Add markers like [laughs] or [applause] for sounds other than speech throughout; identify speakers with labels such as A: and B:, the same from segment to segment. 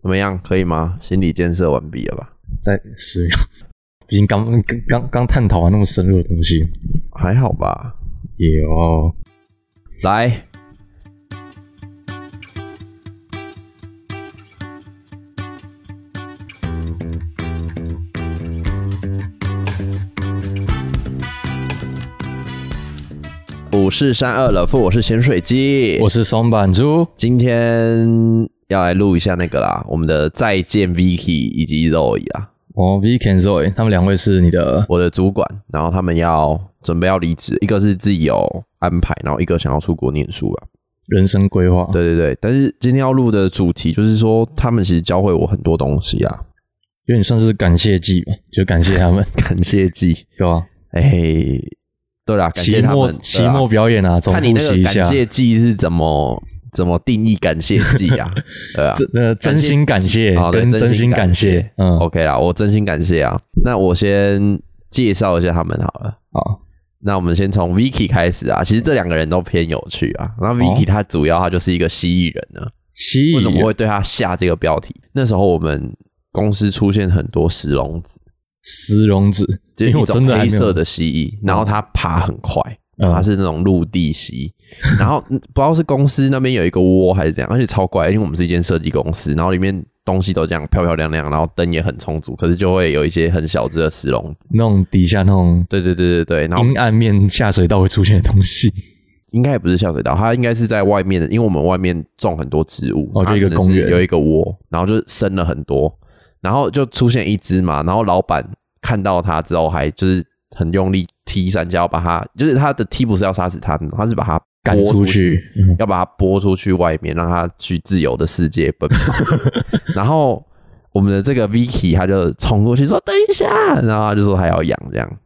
A: 怎么样？可以吗？心理建设完毕了吧？
B: 在十秒， [laughs] 毕竟刚刚刚刚探讨完那么深入的东西，
A: 还好吧？
B: 有
A: 来，五四三二了，负我是潜水机，
B: 我是松板猪，
A: 今天要来录一下那个啦，我们的再见 Vicky 以及 Zoe 啊，
B: 哦，Vican Zoe，他们两位是你的
A: 我的主管，然后他们要准备要离职，一个是自己有安排，然后一个想要出国念书啊。
B: 人生规划，
A: 对对对，但是今天要录的主题就是说，他们其实教会我很多东西啊，
B: 有点算是感谢祭吧，就 [laughs] 感
A: [laughs]
B: 谢他们，
A: 感谢祭，
B: 对吧？
A: 哎、对啦，感
B: 期
A: 谢他
B: 末
A: 们。
B: 期
A: 对啊
B: 末表演啊，总
A: 看你
B: 复
A: 那
B: 习
A: 个
B: 一
A: 感
B: 下，
A: 谢祭是怎么怎么定义感谢祭
B: [laughs]
A: 啊？对啊，
B: 真呃真心感谢
A: 哦对
B: 跟真心感
A: 感哦
B: 谢，嗯，
A: OK 啦，我真心感谢啊。那我先介绍一下他们好了。
B: 好，
A: 那我们先从 Vicky 开始啊，其实这两个人都偏有趣啊。那 Vicky 他主要他就是一个蜥蜴人呢、
B: 哦蜥蜴
A: 为什么会对他下这个标题？那时候我们公司出现很多石龙子，
B: 石龙子，
A: 就是
B: 因
A: 一
B: 为我真
A: 种
B: 的还
A: 黑
B: 没有
A: 色的蜥蜴，然后它爬很快，
B: 嗯
A: 它是那种陆地蜥， [laughs] 然后嗯不知道是公司那边有一个窝还是怎样，而且超怪，因为我们是一间设计公司，然后里面东西都这样漂漂亮亮，然后灯也很充足，可是就会有一些很小只的石龙子。
B: 那种底下那种
A: 对对对对对，然后
B: 阴暗面下水道会出现的东西，
A: 应该也不是下水道，它应该是在外面的，因为我们外面种很多植物，
B: 哦就一个
A: 它可能是
B: 公园
A: 有一个窝，然后就生了很多，然后就出现一只嘛，然后老板看到它之后，还就是很用力踢三下，要把它，就是他的踢不是要杀死它，他是把它
B: 赶
A: 拨
B: 出
A: 去，
B: 去，嗯
A: 要把它拨出去外面，让它去自由的世界奔跑。然后我们的这个 Vicky 他就冲过去说：“等一下！”然后他就说他要养，这样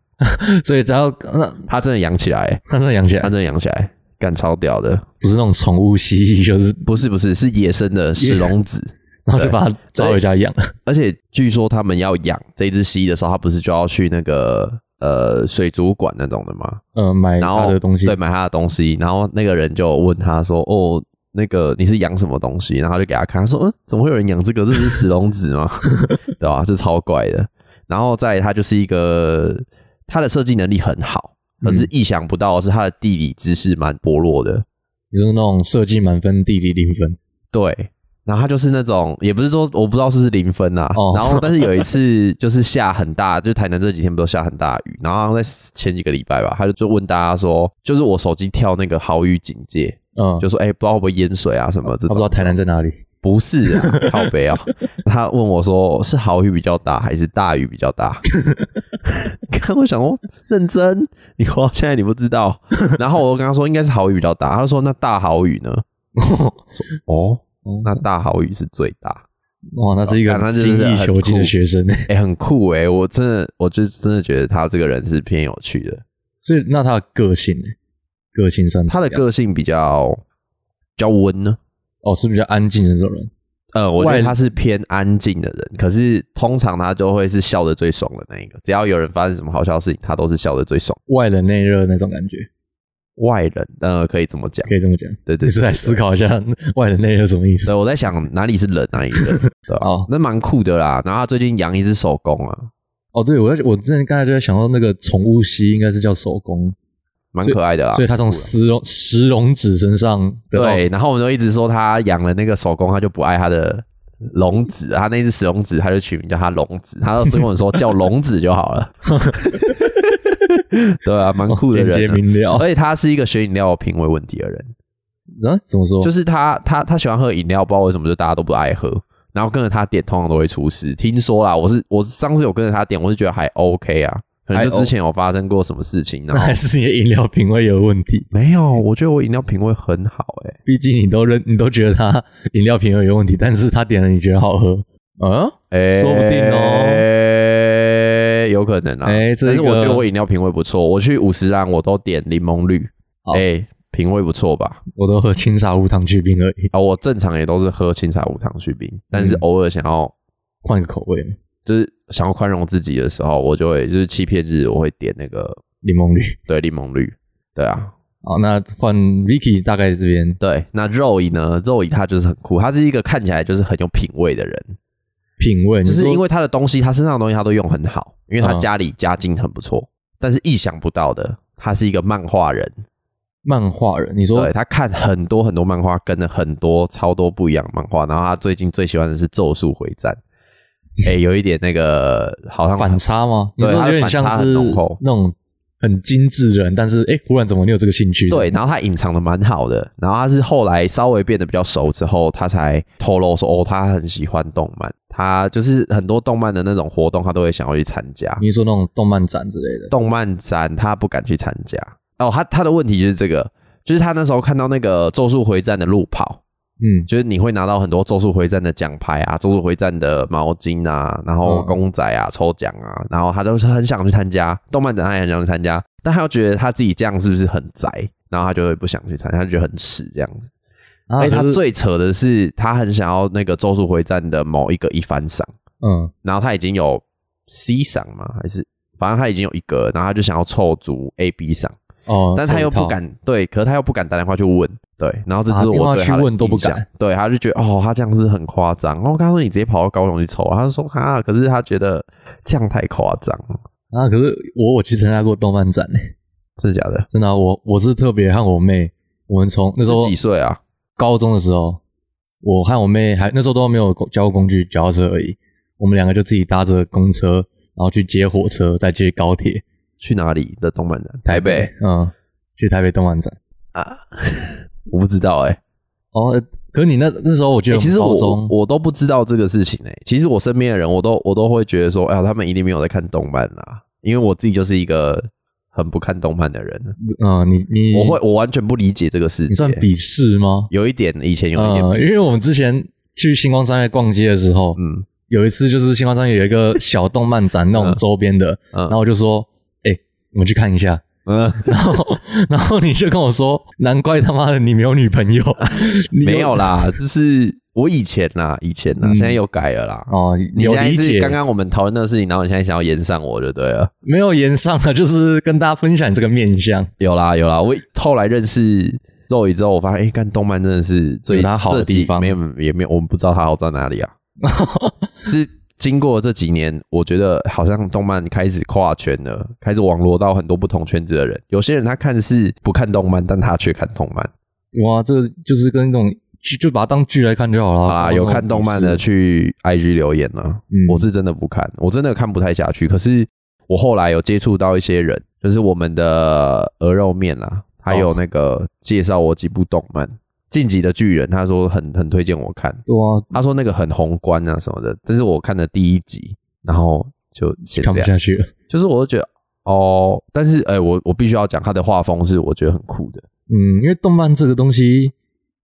B: 所以只要那
A: 他真的养起来，
B: 那时候养起
A: 他
B: 来
A: 真的养起来，干超屌的。
B: 不是那种宠物蜥蜴，就是
A: 不是不是，是野生的石龙子，
B: 然后就把它抓回家养。
A: 而且据说他们要养这只蜥蜴的时候，他不是就要去那个呃水族馆那种的吗？
B: 嗯，买
A: 然
B: 它
A: 后
B: 的东西
A: 对，，买他的东西，然后那个人就问他说：“哦，那个你是养什么东西？”然后他就给他看，他说：“嗯，怎么会有人养这个？这是石龙子吗？”
B: [laughs]
A: 对吧、这超怪的。然后再来他就是一个他的设计能力很好，可是意想不到的是他的地理知识蛮薄弱的。
B: 就是那种设计满分，地理零分。
A: 对，然后他就是那种，也不是说我不知道是不是零分啊。
B: 哦
A: 然后，但是有一次就是下很大，就是台南这几天不都下很大雨，然后好像在前几个礼拜吧，他就就问大家说，就是我手机跳那个豪雨警戒，
B: 嗯，
A: 就说哎、不知道会不会淹水啊什么这
B: 他不知
A: 种
B: 道。台南在
A: [laughs]
B: 哪里。
A: 不是啊，靠北啊。他问我说是豪雨比较大还是大雨比较大？ [laughs] 看我想说认真，你活到现在你不知道。然后我就跟他说应该是豪雨比较大，他就说那大豪雨呢？哦，那大豪雨是最大，
B: 哇，那是一个
A: 哦看他就是
B: 精
A: 很
B: 益求精的
A: 酷
B: 学生。欸
A: 哎、很酷哎、我真的，我就真的觉得他这个人是偏有趣的，
B: 所以那他的个性呢，个性算
A: 他的
B: 怎样
A: 个性比较比较温呢，
B: 哦是比较安静的这种人。
A: 呃，我觉
B: 外
A: 得他是偏安静的人，可是通常他就会是笑的最爽的那一个，只要有人发生什么好笑的事情，他都是笑的最爽。
B: 外冷内热那种感觉，
A: 外人，呃，可以这么讲，
B: 可以这么讲。
A: 对对
B: 你是
A: 对
B: 来思考一下 [laughs] 外冷内热什么意思
A: 对，？我在想哪里是人，哪里是人，对吧
B: [laughs] 哦
A: 那蛮酷的啦。然后他最近养一只手工啊，
B: 哦，对，我在我之前刚才就在想到那个宠物蜥应该是叫手工，
A: 蛮可爱的啦。
B: 所以它从
A: 酷啊
B: 石龙石龙子身上得到
A: 对，然哦后我们就一直说他养了那个手工，他就不爱他的笼子，他那只石笼子，他就取名叫他笼子，他都是跟我说叫笼子就好 [laughs] 了。对啊，蛮酷的
B: 简洁
A: 人啊、
B: 明了。
A: 而且他是一个学饮料品味问题的人，
B: 啊，怎么说？
A: 就是他他他喜欢喝饮料，不知道为什么就大家都不爱喝，然后跟着他点通常都会出事。听说啦，我是我上次有跟着他点，我是觉得还 OK 啊，可能就
B: 还 O-
A: 之前有发生过什么事情，然
B: 那
A: 后
B: 还是你的饮料品味有问题。
A: 没有，我觉得我饮料品味很好哎、
B: 毕竟你都认，你都觉得它饮料品味有问题，但是他点了你觉得好喝，嗯、
A: 哎，
B: 说不定
A: 哦，有可能啊。
B: 哎这
A: 但是
B: 个
A: 我觉得我饮料品味不错，我去五十兰我都点柠檬绿，
B: 好
A: 哎、品味不错吧？
B: 我都喝清茶无糖去冰而已，
A: 啊，我正常也都是喝清茶无糖去冰，但是
B: 嗯
A: 偶尔想要
B: 换个口味嘛，
A: 就是想要宽容自己的时候，我就会就是欺骗日我会点那个
B: 柠檬绿。
A: 对柠檬绿，对啊，
B: 好，那换 Vicky 大概这边
A: 对，那肉姨呢？肉姨她就是很酷，她是一个看起来就是很有品味的人，
B: 品味，
A: 就是
B: 你
A: 因
B: 说
A: 为她的东西，她身上的东西她都用很好，因为她
B: 嗯
A: 家里家境很不错。但是意想不到的，她是一个漫画人，
B: 漫画人，你说
A: 对她看很多很多漫画，跟了很多超多不一样的漫画。然后她最近最喜欢的是《咒术回
B: [laughs]
A: 战》，哎、有一点那个好像
B: 反差吗？你
A: 对
B: 说
A: 他的
B: 有点
A: 反
B: 像
A: 差
B: 是
A: 很浓厚
B: 那种很精致的人，但是哎，忽然怎么你有这个兴趣？
A: 对，然后他隐藏的蛮好的，然后他是后来稍微变得比较熟之后，他才透露说哦，他很喜欢动漫，他就是很多动漫的那种活动，他都会想要去参加。
B: 你说那种动漫展之类的，
A: 动漫展他不敢去参加哦，他他的问题就是这个，就是他那时候看到那个《咒术回战》的路跑，
B: 嗯，
A: 就是你会拿到很多《咒术回战》的奖牌啊，《咒术回战》的毛巾啊，然后
B: 嗯
A: 公仔啊、抽奖啊，然后他都是很想去参加动漫展，他也很想去参加，但他又觉得他自己这样是不是很宅，然后他就会不想去参加，他就觉得很耻这样子。
B: 啊
A: 而且他
B: 可是
A: 最扯的是，他很想要那个《咒术回战》的某一个一番赏，
B: 嗯
A: 然后他已经有 C 赏嘛，还是反正他已经有一个，然后他就想要凑足 A、B 赏，
B: 哦，
A: 但是他又不
B: 手套，
A: 敢对，可是他又不敢打电话去问，对，然后这
B: 啊
A: 就是
B: 电
A: 我
B: 话
A: 对
B: 去
A: 他的
B: 问都不
A: 印象
B: 敢，
A: 对，他就觉得哦，他这样是很夸张。哦然后我跟他说你直接跑到高雄去抽啊，他就说哈，可是他觉得这样太夸张了，
B: 啊，可是我我去参加过动漫展呢，
A: 真的假的？
B: 真的啊、我我是特别和我妹，我们从那时候
A: 是几岁啊？
B: 高中的时候，我和我妹还那时候都没有交通工具，脚踏车而已，我们两个就自己搭着公车，然后去接火车，再接高铁，
A: 去哪里的动漫人？，，
B: 嗯，去台北动漫展。
A: 我不知道哎、
B: 哦，呃可是你那那时候我记得
A: 欸其实
B: 高
A: 我
B: 中，
A: 我都不知道这个事情哎、其实我身边的人，我都我都会觉得说，哎呀，他们一定没有在看动漫啦，因为我自己就是一个很不看动漫的人，
B: 嗯，你你
A: 我会我完全不理解这个世界。
B: 你算鄙视吗？
A: 有一点，以前有一点
B: 嗯，
A: 鄙
B: 因
A: 视，
B: 为我们之前去星光商业逛街的时候，
A: 嗯
B: 有一次就是星光商业有一个小动漫展那种周边的，
A: 嗯
B: 然后我就说，哎、我们去看一下。 [laughs]
A: 嗯，
B: 然后，然后你就跟我说，难怪他妈的你没有女朋友，你
A: [laughs] 没有啦，就是我以前啦，以前啦，
B: 嗯
A: 现在又改了啦。
B: 哦，
A: 你
B: 有
A: 现在
B: 理
A: 是
B: 解，
A: 刚刚我们讨论的事情，然后你现在想要延上我就对了。
B: 没有言上啊，就是跟大家分享这个面相，
A: 有啦有啦，我后来认识肉宇之后，我发现，哎、看动漫真的是最
B: 有它好
A: 这
B: 的
A: 几
B: 地方
A: 没有也没有，我们不知道它好在哪
B: [laughs]
A: 里啊。是经过这几年，我觉得好像动漫开始跨圈了，开始网罗到很多不同圈子的人。有些人他看是不看动漫，但他却看动漫。
B: 哇，这个就是跟那种剧，就把它当剧来看就好了。
A: 好啦，有看动漫的去 IG 留言了、
B: 嗯
A: 我是真的不看，我真的看不太下去。可是我后来有接触到一些人，就是我们的鹅肉面啦，还
B: 哦
A: 有那个介绍我几部动漫，晋级的巨人》，他说很很推荐我看，
B: 对啊，
A: 他说那个很宏观啊什么的，但是我看了第一集，然后就先
B: 看
A: 这
B: 不
A: 样。
B: 下去了。
A: 就是我就觉得哦，但是哎、我我必须要讲他的画风是我觉得很酷的，
B: 嗯，因为动漫这个东西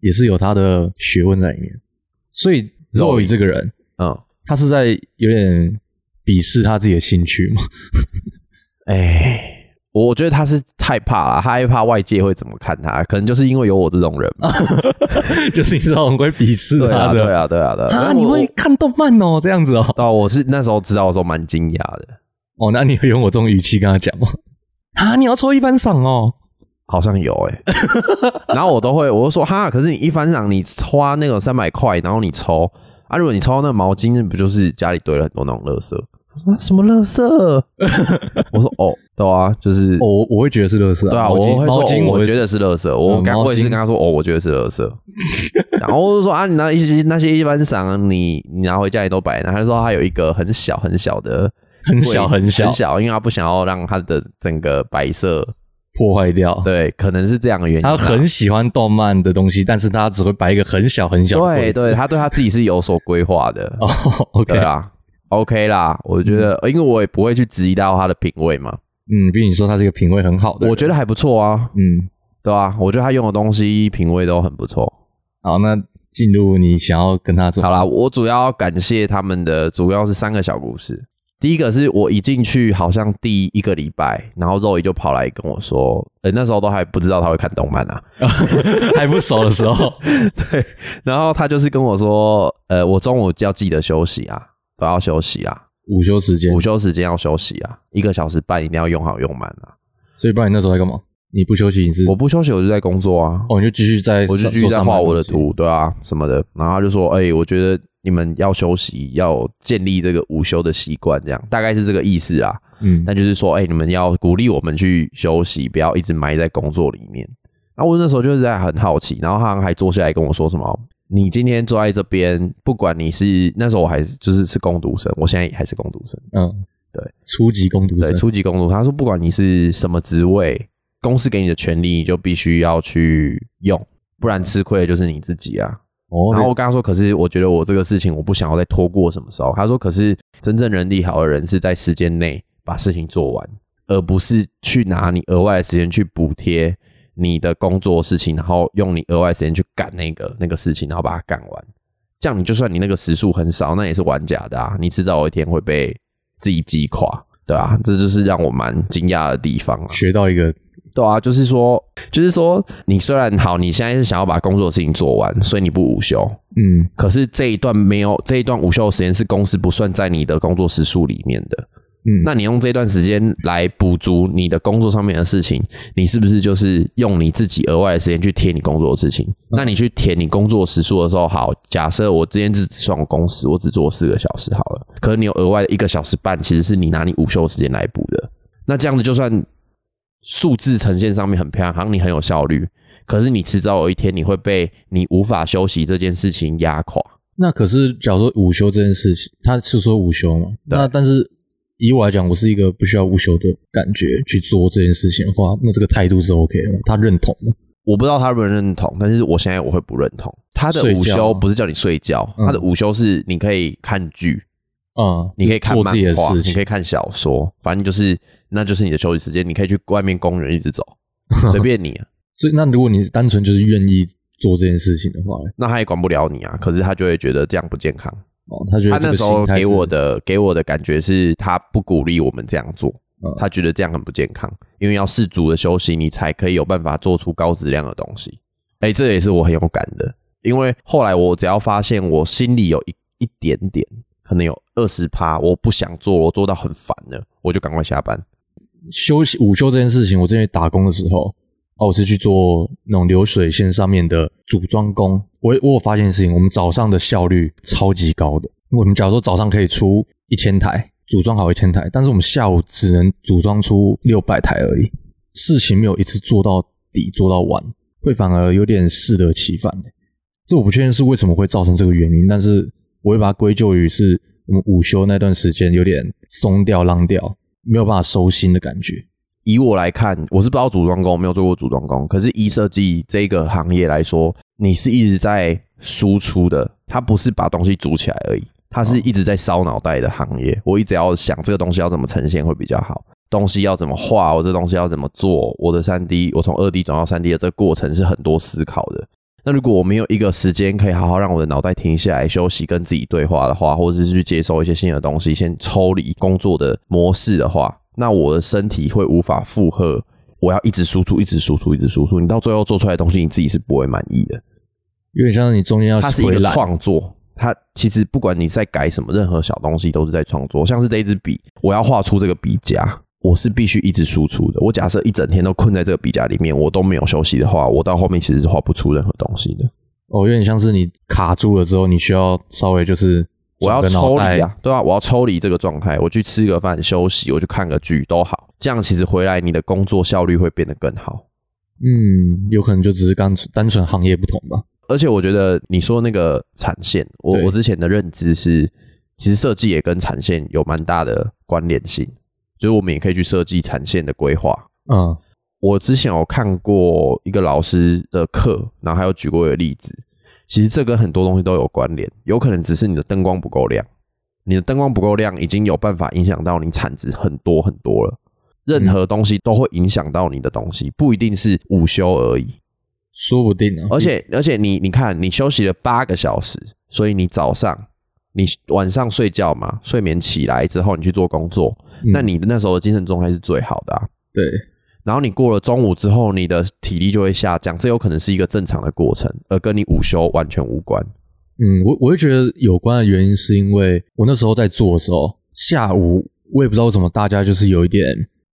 B: 也是有它的学问在里面，所以 Zoe 这个人，
A: 嗯，
B: 他是在有点鄙视他自己的兴趣嘛。
A: 哎、我觉得他是害怕了，他害怕外界会怎么看他，可能就是因为有我这种人嘛，
B: [laughs] 就是你知道我们会鄙视
A: 对啊，
B: 他
A: 对
B: 的
A: 啊，对啊，对啊，
B: 啊，
A: 但我
B: 你会
A: 我
B: 看动漫哦，这样子哦，
A: 哦，我是那时候知道的时候蛮惊讶的，
B: 哦，那你会用我这种语气跟他讲
A: [laughs]
B: 吗？啊，你要抽一番赏哦，
A: 好像有
B: [laughs]
A: 哎、然后我都会，我就说哈，可是你一翻赏你花那个三百块，然后你抽啊，如果你抽到那个毛巾，那不就是家里堆了很多那种垃圾？他说啊什么垃圾？我说哦，对啊，就是
B: 哦我我会觉得是乐色、
A: 对啊，
B: 毛
A: 我
B: 巾
A: 会
B: 毛巾
A: 说，哦
B: 会
A: 我觉得是垃圾。我
B: 嗯
A: 刚
B: 毛巾
A: 我也是跟他说，哦，我觉得是垃圾。 [laughs] 然后我就说啊，你拿一些那些一般赏，你你拿回家里都摆。然后他就说啊他有一个很小很小的
B: 很
A: 柜，
B: 小很
A: 很
B: 小
A: 小，因为他不想要让他的整个白色，
B: 破坏掉。
A: 对，可能是这样的原因
B: 他
A: 吧。
B: 很喜欢动漫的东西，但是他只会摆一个很小很小的
A: 对
B: 柜子
A: 对，他对他自己是有所规划的。 [laughs]
B: 哦，OK， [laughs]
A: 对啊，OK 啦，我觉得，嗯因为我也不会去质疑到他的品味嘛，
B: 嗯，毕竟你说他是一个品味很好的人，
A: 我觉得还不错啊，
B: 嗯，
A: 对啊，我觉得他用的东西品味都很不错。
B: 好，那进入你想要跟他做
A: 好啦，我主要感谢他们的主要是三个小故事。第一个是我一进去，好像第一个礼拜，然后肉姨就跑来跟我说，呃、那时候都还不知道他会看动漫啊，
B: 还不熟的时候，
A: 然后他就是跟我说，呃，我中午要记得休息啊，都要休息啊，
B: 午休时间
A: 午，休时间要休息啊，一个小时半一定要用好用满啊。
B: 所以不然你那时候在干嘛？你不休息，你是
A: 我不休息，我就在工作啊，
B: 哦，你就继续在
A: 我就
B: 上
A: 继续在画我的，
B: 做上班东
A: 图，对啊，什么的。然后他就说：“哎、我觉得你们要休息，要建立这个午休的习惯，这样大概是这个意思啊。
B: 西嗯，
A: 但就是说，哎、你们要鼓励我们去休息，不要一直埋在工作里面。”然后我那时候就是在很好奇，然后他好像还坐下来跟我说什么：“你今天坐在这边，不管你是那时候我还是就是是工读生，我现在也还是工读生，
B: 嗯，
A: 对，
B: 初级攻读
A: 对，
B: 生，
A: 初级工读。他说，不管你是什么职位，公司给你的权利，你就必须要去用，不然吃亏的就是你自己啊。
B: 哦，
A: 然后我跟他说，可是我觉得我这个事情我不想要再拖过什么时候。他说，可是真正人力好的人是在时间内把事情做完，而不是去拿你额外的时间去补贴你的工作事情，然后用你额外的时间去赶那个那个事情，然后把它赶完。这样你就算你那个时数很少，那也是玩假的啊！你迟早有一天会被自己击垮，对啊，这就是让我蛮惊讶的地方啊。
B: 学到一个
A: 对啊，就是说，就是说，你虽然好，你现在是想要把工作的事情做完，所以你不午休，
B: 嗯
A: 可是这一段没有这一段午休的时间是公司不算在你的工作时数里面的。
B: 嗯，
A: 那你用这段时间来补足你的工作上面的事情，你是不是就是用你自己额外的时间去填你工作的事情？那你去填你工作时数的时候，好，假设我今天只算我工时，我只做四个小时好了，可是你有额外的一个小时半，其实是你拿你午休时间来补的。那这样子就算数字呈现上面很漂亮，好像你很有效率，可是你迟早有一天你会被你无法休息这件事情压垮。
B: 那可是，假如说午休这件事情，他是说午休嘛？那但是以我来讲，我是一个不需要午休的感觉去做这件事情的话，那这个态度是 OK 的吗？他认同吗？
A: 我不知道他认不认同，但是我现在我会不认同。他的
B: 睡觉
A: 午休不是叫你睡觉，
B: 嗯
A: 他的午休是你可以看剧，
B: 嗯，
A: 你可以看
B: 做
A: 漫
B: 自己的
A: 画，
B: 事
A: 你可
B: 情，
A: 以看小说，反正就是那就是你的休息时间。你可以去外面公园一 [laughs] 直走，随便你啊，
B: 所以那如果你是单纯就是愿意做这件事情的话，
A: 那他也管不了你啊。可是他就会觉得这样不健康。
B: 哦，他觉
A: 他
B: 得这
A: 那
B: 个
A: 时
B: 心
A: 候
B: 态
A: 给
B: 是
A: 我的给我的感觉是他不鼓励我们这样做
B: 嗯，
A: 他觉得这样很不健康，因为要适足的休息，你才可以有办法做出高质量的东西。哎、这也是我很有感的，因为后来我只要发现我心里有一一点点，可能有二十趴，我不想做，我做到很烦了，我就赶快下班。
B: 休息午休这件事情，我之前打工的时候，哦，我是去做那种流水线上面的组装工。我我有发现一件事情，我们早上的效率超级高的。我们假如说早上可以出一千台，组装好一千台，但是我们下午只能组装出六百台而已。事情没有一次做到底，做到完，会反而有点适得其反、欸这我不确定是为什么会造成这个原因，但是我会把它归咎于是我们午休那段时间有点松掉、浪掉，没有办法收心的感觉。
A: 以我来看，我是不知道组装工，没有做过组装工。可是，以设计这个行业来说，你是一直在输出的，它不是把东西组起来而已，它是一直在烧脑袋的行业。我一直要想这个东西要怎么呈现会比较好，东西要怎么画，我这东西要怎么做，我的三 D，我从二 D 转到三 D 的这个过程是很多思考的。那如果我没有一个时间可以好好让我的脑袋停下来休息，跟自己对话的话，或者是去接受一些新的东西，先抽离工作的模式的话，那我的身体会无法负荷。我要一直输出，一直输出，一直输出，你到最后做出来的东西，你自己是不会满意的。
B: 有点像是你中间要
A: 它是一
B: 回
A: 个
B: 来，
A: 创作，它其实不管你在改什么，任何小东西都是在创作。像是这一支笔，我要画出这个笔夹，我是必须一直输出的。我假设一整天都困在这个笔夹里面，我都没有休息的话，我到后面其实是画不出任何东西的。
B: 哦，有点像是你卡住了之后，你需要稍微就是
A: 我要
B: 转个脑
A: 抽离
B: 袋
A: 啊，对啊，我要抽离这个状态，我去吃个饭、休息，我去看个剧都好，这样其实回来你的工作效率会变得更好。
B: 嗯，有可能就只是单纯单纯行业不同吧。
A: 而且我觉得你说那个产线，我
B: 对
A: 我之前的认知是，其实设计也跟产线有蛮大的关联性，就是我们也可以去设计产线的规划。
B: 嗯，
A: 我之前有看过一个老师的课，然后还有举过一个例子，其实这跟很多东西都有关联，有可能只是你的灯光不够亮，你的灯光不够亮已经有办法影响到你产值很多很多了。任何东西都会影响到你的东西，不一定是午休而已。
B: 说不定啊。
A: 而且而且你你看，你休息了八个小时，所以你早上你晚上睡觉嘛，睡眠起来之后你去做工作，
B: 嗯
A: 那你那时候的精神状态是最好的啊。
B: 对，
A: 然后你过了中午之后，你的体力就会下降，这有可能是一个正常的过程，而跟你午休完全无关。
B: 嗯，我我会觉得有关的原因是因为我那时候在做的时候，下午我也不知道为什么大家就是有一点，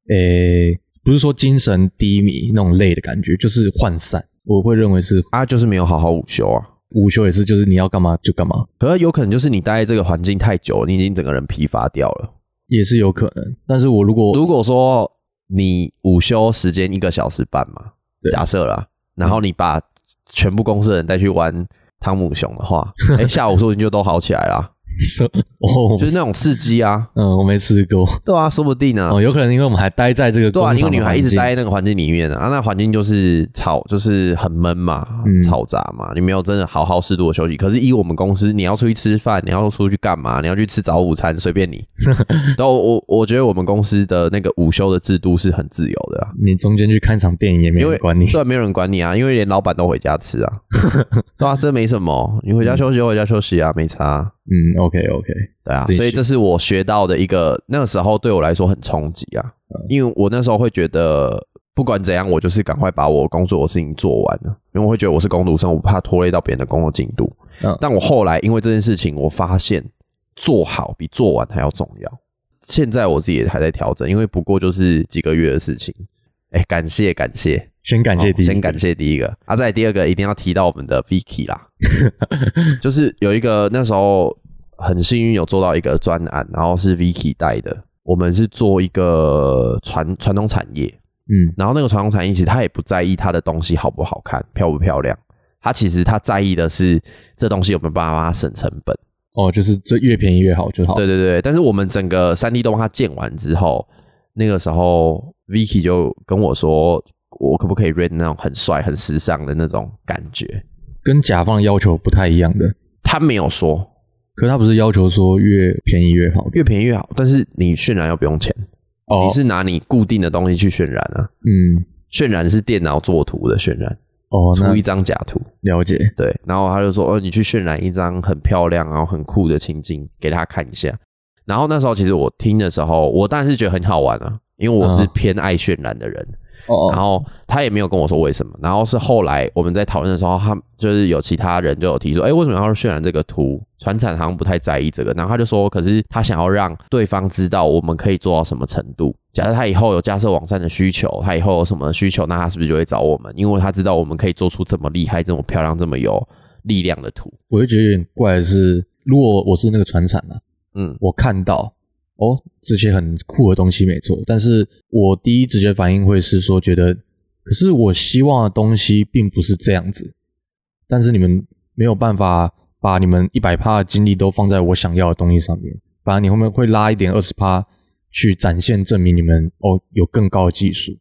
B: 诶、不是说精神低迷那种累的感觉，就是涣散。我会认为是
A: 啊，就是没有好好午休啊。
B: 午休也是，就是你要干嘛就干嘛，
A: 可是有可能就是你待在这个环境太久，你已经整个人疲乏掉了。
B: 也是有可能。但是我如果
A: 如果说你午休时间一个小时半嘛，
B: 对
A: 假设啦，然后你把全部公司的人带去玩汤姆熊的话，哎、下午说不定就都好起来啦，
B: 哦，
A: 就是那种刺激啊，
B: 嗯，我没吃过
A: 对啊，说不定啊，
B: 哦，有可能因为我们还待在这个
A: 对啊，一
B: 工
A: 个
B: 厂的
A: 女孩一直
B: 环境
A: 待在那个环境里面啊，啊那环境就是吵，就是很闷嘛，
B: 嗯
A: 嘈杂嘛，你没有真的好好适度的休息。可是，以我们公司，你要出去吃饭，你要出去干嘛？你要去吃早午餐，随便
B: [laughs]
A: 你。然后我我觉得我们公司的那个午休的制度是很自由的啊，
B: 你中间去看场电影也没
A: 因为
B: 人管你，
A: 对啊，没有人管你啊，因为连老板都回家吃啊，对啊，这没什么，你回家休息就回家休息啊，没差啊、
B: [laughs] 嗯，OK OK，
A: 对啊
B: 自，己
A: 所以
B: 学
A: 这是我学到的一个，那个时候对我来说很冲击啊，
B: 嗯
A: 因为我那时候会觉得，不管怎样，我就是赶快把我工作的事情做完了，因为我会觉得我是工读生，我怕拖累到别人的工作进度。
B: 嗯
A: 但我后来因为这件事情，我发现做好比做完还要重要。现在我自己也还在调整，因为不过就是几个月的事情。哎，感谢感谢，
B: 先感谢
A: 好
B: 第
A: 哦
B: 一，
A: 先感谢第一个，啊，再来第二个一定要提到我们的 Vicky 啦， [laughs] 就是有一个那时候很幸运有做到一个专案，然后是 Vicky 带的，我们是做一个传传统产业，
B: 嗯
A: 然后那个传统产业其实他也不在意他的东西好不好看、漂不漂亮，他其实他在意的是这东西有没有办法帮他省成本。
B: 哦，就是最越便宜越好就好，
A: 对对对，但是我们整个三 D 都帮他建完之后，那个时候 Vicky 就跟我说，我可不可以 rent 那种很帅、很时尚的那种感觉？
B: 跟甲方的要求不太一样的，
A: 他没有说
B: 可他不是要求说越便宜越好的
A: 越便宜越好，但是你渲染又不用钱，
B: 哦
A: 你，是拿你固定的东西去渲染啊，
B: 嗯，
A: 渲染是电脑做图的渲染，
B: 哦，
A: 出
B: 那
A: 一张假图。
B: 了解，
A: 对，然后他就说，哦，你去渲染一张很漂亮然后很酷的情景给他看一下。然后那时候其实我听的时候，我当然是觉得很好玩啊，因为我是
B: 嗯
A: 偏爱渲染的人。
B: 哦
A: 然
B: 哦，
A: 后他也没有跟我说为什么。然后是后来我们在讨论的时候，他就是有其他人就有提出，哎，为什么要渲染这个图？船产好像不太在意这个。然后他就说，可是他想要让对方知道我们可以做到什么程度。假设他以后有架设网站的需求，他以后有什么需求，那他是不是就会找我们？因为他知道我们可以做出这么厉害、这么漂亮、这么有力量的图。
B: 我就觉得有点怪的是，如果我是那个船产啊，
A: 嗯，
B: 我看到哦这些很酷的东西没错，但是我第一直觉反应会是说，觉得可是我希望的东西并不是这样子，但是你们没有办法把你们一百趴的精力都放在我想要的东西上面，反而你后面会拉一点二十趴去展现证明你们哦有更高的技术，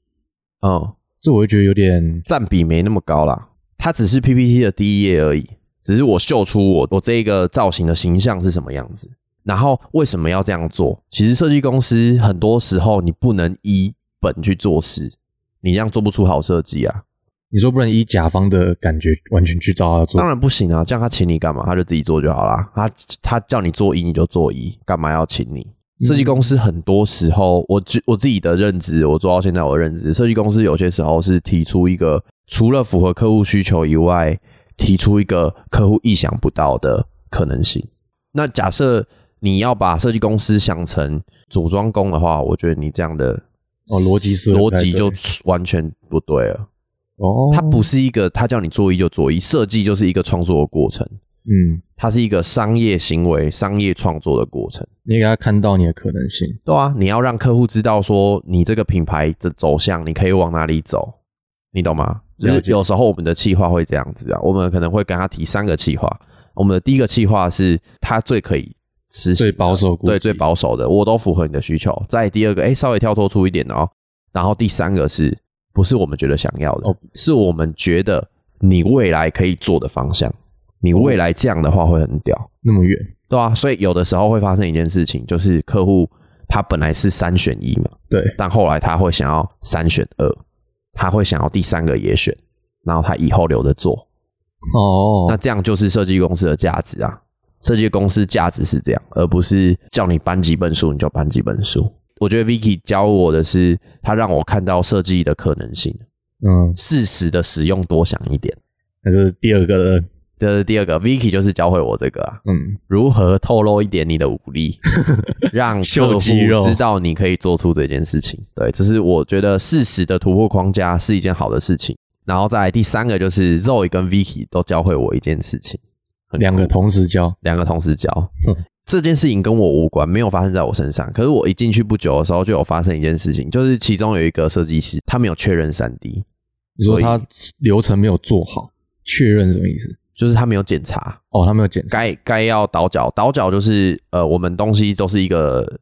A: 哦，
B: 这我会觉得有点
A: 嗯占比没那么高啦，它只是 PPT 的第一页而已，只是我秀出我我这一个造型的形象是什么样子，然后为什么要这样做？其实设计公司很多时候你不能依本去做事，你这样做不出好设计啊，
B: 你说不能以甲方的感觉完全去照他做
A: 当，然不行啊，这样他请你干嘛？他就自己做就好啦，他他叫你做一你就做一，干嘛要请你？
B: 嗯
A: 设计公司很多时候，我自我自己的认知，我做到现在我的认知，设计公司有些时候是提出一个除了符合客户需求以外，提出一个客户意想不到的可能性。那假设你要把设计公司想成组装工的话，我觉得你这样的
B: 哦逻辑思维不
A: 逻
B: 太
A: 辑就
B: 对
A: 完全不对了。
B: 哦，
A: 它不是一个他叫你做一就做一，设计就是一个创作的过程，
B: 嗯，
A: 它是一个商业行为、商业创作的过程。
B: 你给他看到你的可能性。
A: 对啊，你要让客户知道说你这个品牌的走向，你可以往哪里走，你懂吗？就
B: 了
A: 是
B: 解
A: 有时候我们的企划会这样子啊，我们可能会跟他提三个企划。我们的第一个企划是他最可以实行的
B: 最保守估计
A: 对最保守的，我都符合你的需求。再第二个，哎、稍微跳脱出一点哦。然后第三个是不是我们觉得想要的？
B: 哦
A: 是我们觉得你未来可以做的方向。你
B: 哦
A: 未来这样的话会很屌。
B: 那么远，
A: 对啊，所以有的时候会发生一件事情，就是客户他本来是三选一嘛，
B: 对，
A: 但后来他会想要三选二，他会想要第三个也选，然后他以后留着做。
B: 哦，
A: 那这样就是设计公司的价值啊！设计公司价值是这样，而不是叫你搬几本书你就搬几本书。我觉得 Vicky 教我的是，他让我看到设计的可能性，
B: 嗯，
A: 适时的使用多想一点。
B: 那这是第二个的
A: 这是第二个，Vicky 就是教会我这个啊，
B: 嗯，
A: 如何透露一点你的武
B: [laughs]
A: 力，让
B: 秀
A: 客户
B: 肌肉
A: 知道你可以做出这件事情。对，这是我觉得适时的突破框架是一件好的事情。然后再来第三个就是 Zoe 跟 Vicky 都教会我一件事情，很
B: 两个
A: 酷
B: 同时教，
A: 两个同时教
B: 嗯。
A: 这件事情跟我无关，没有发生在我身上。可是我一进去不久的时候，就有发生一件事情，就是其中有一个设计师，他没有确认三 D，
B: 你说
A: 所以
B: 他流程没有做好，确认什么意思？
A: 就是他没有检查，
B: 哦，他没有检查，
A: 该该要倒角，倒角就是呃，我们东西都是一个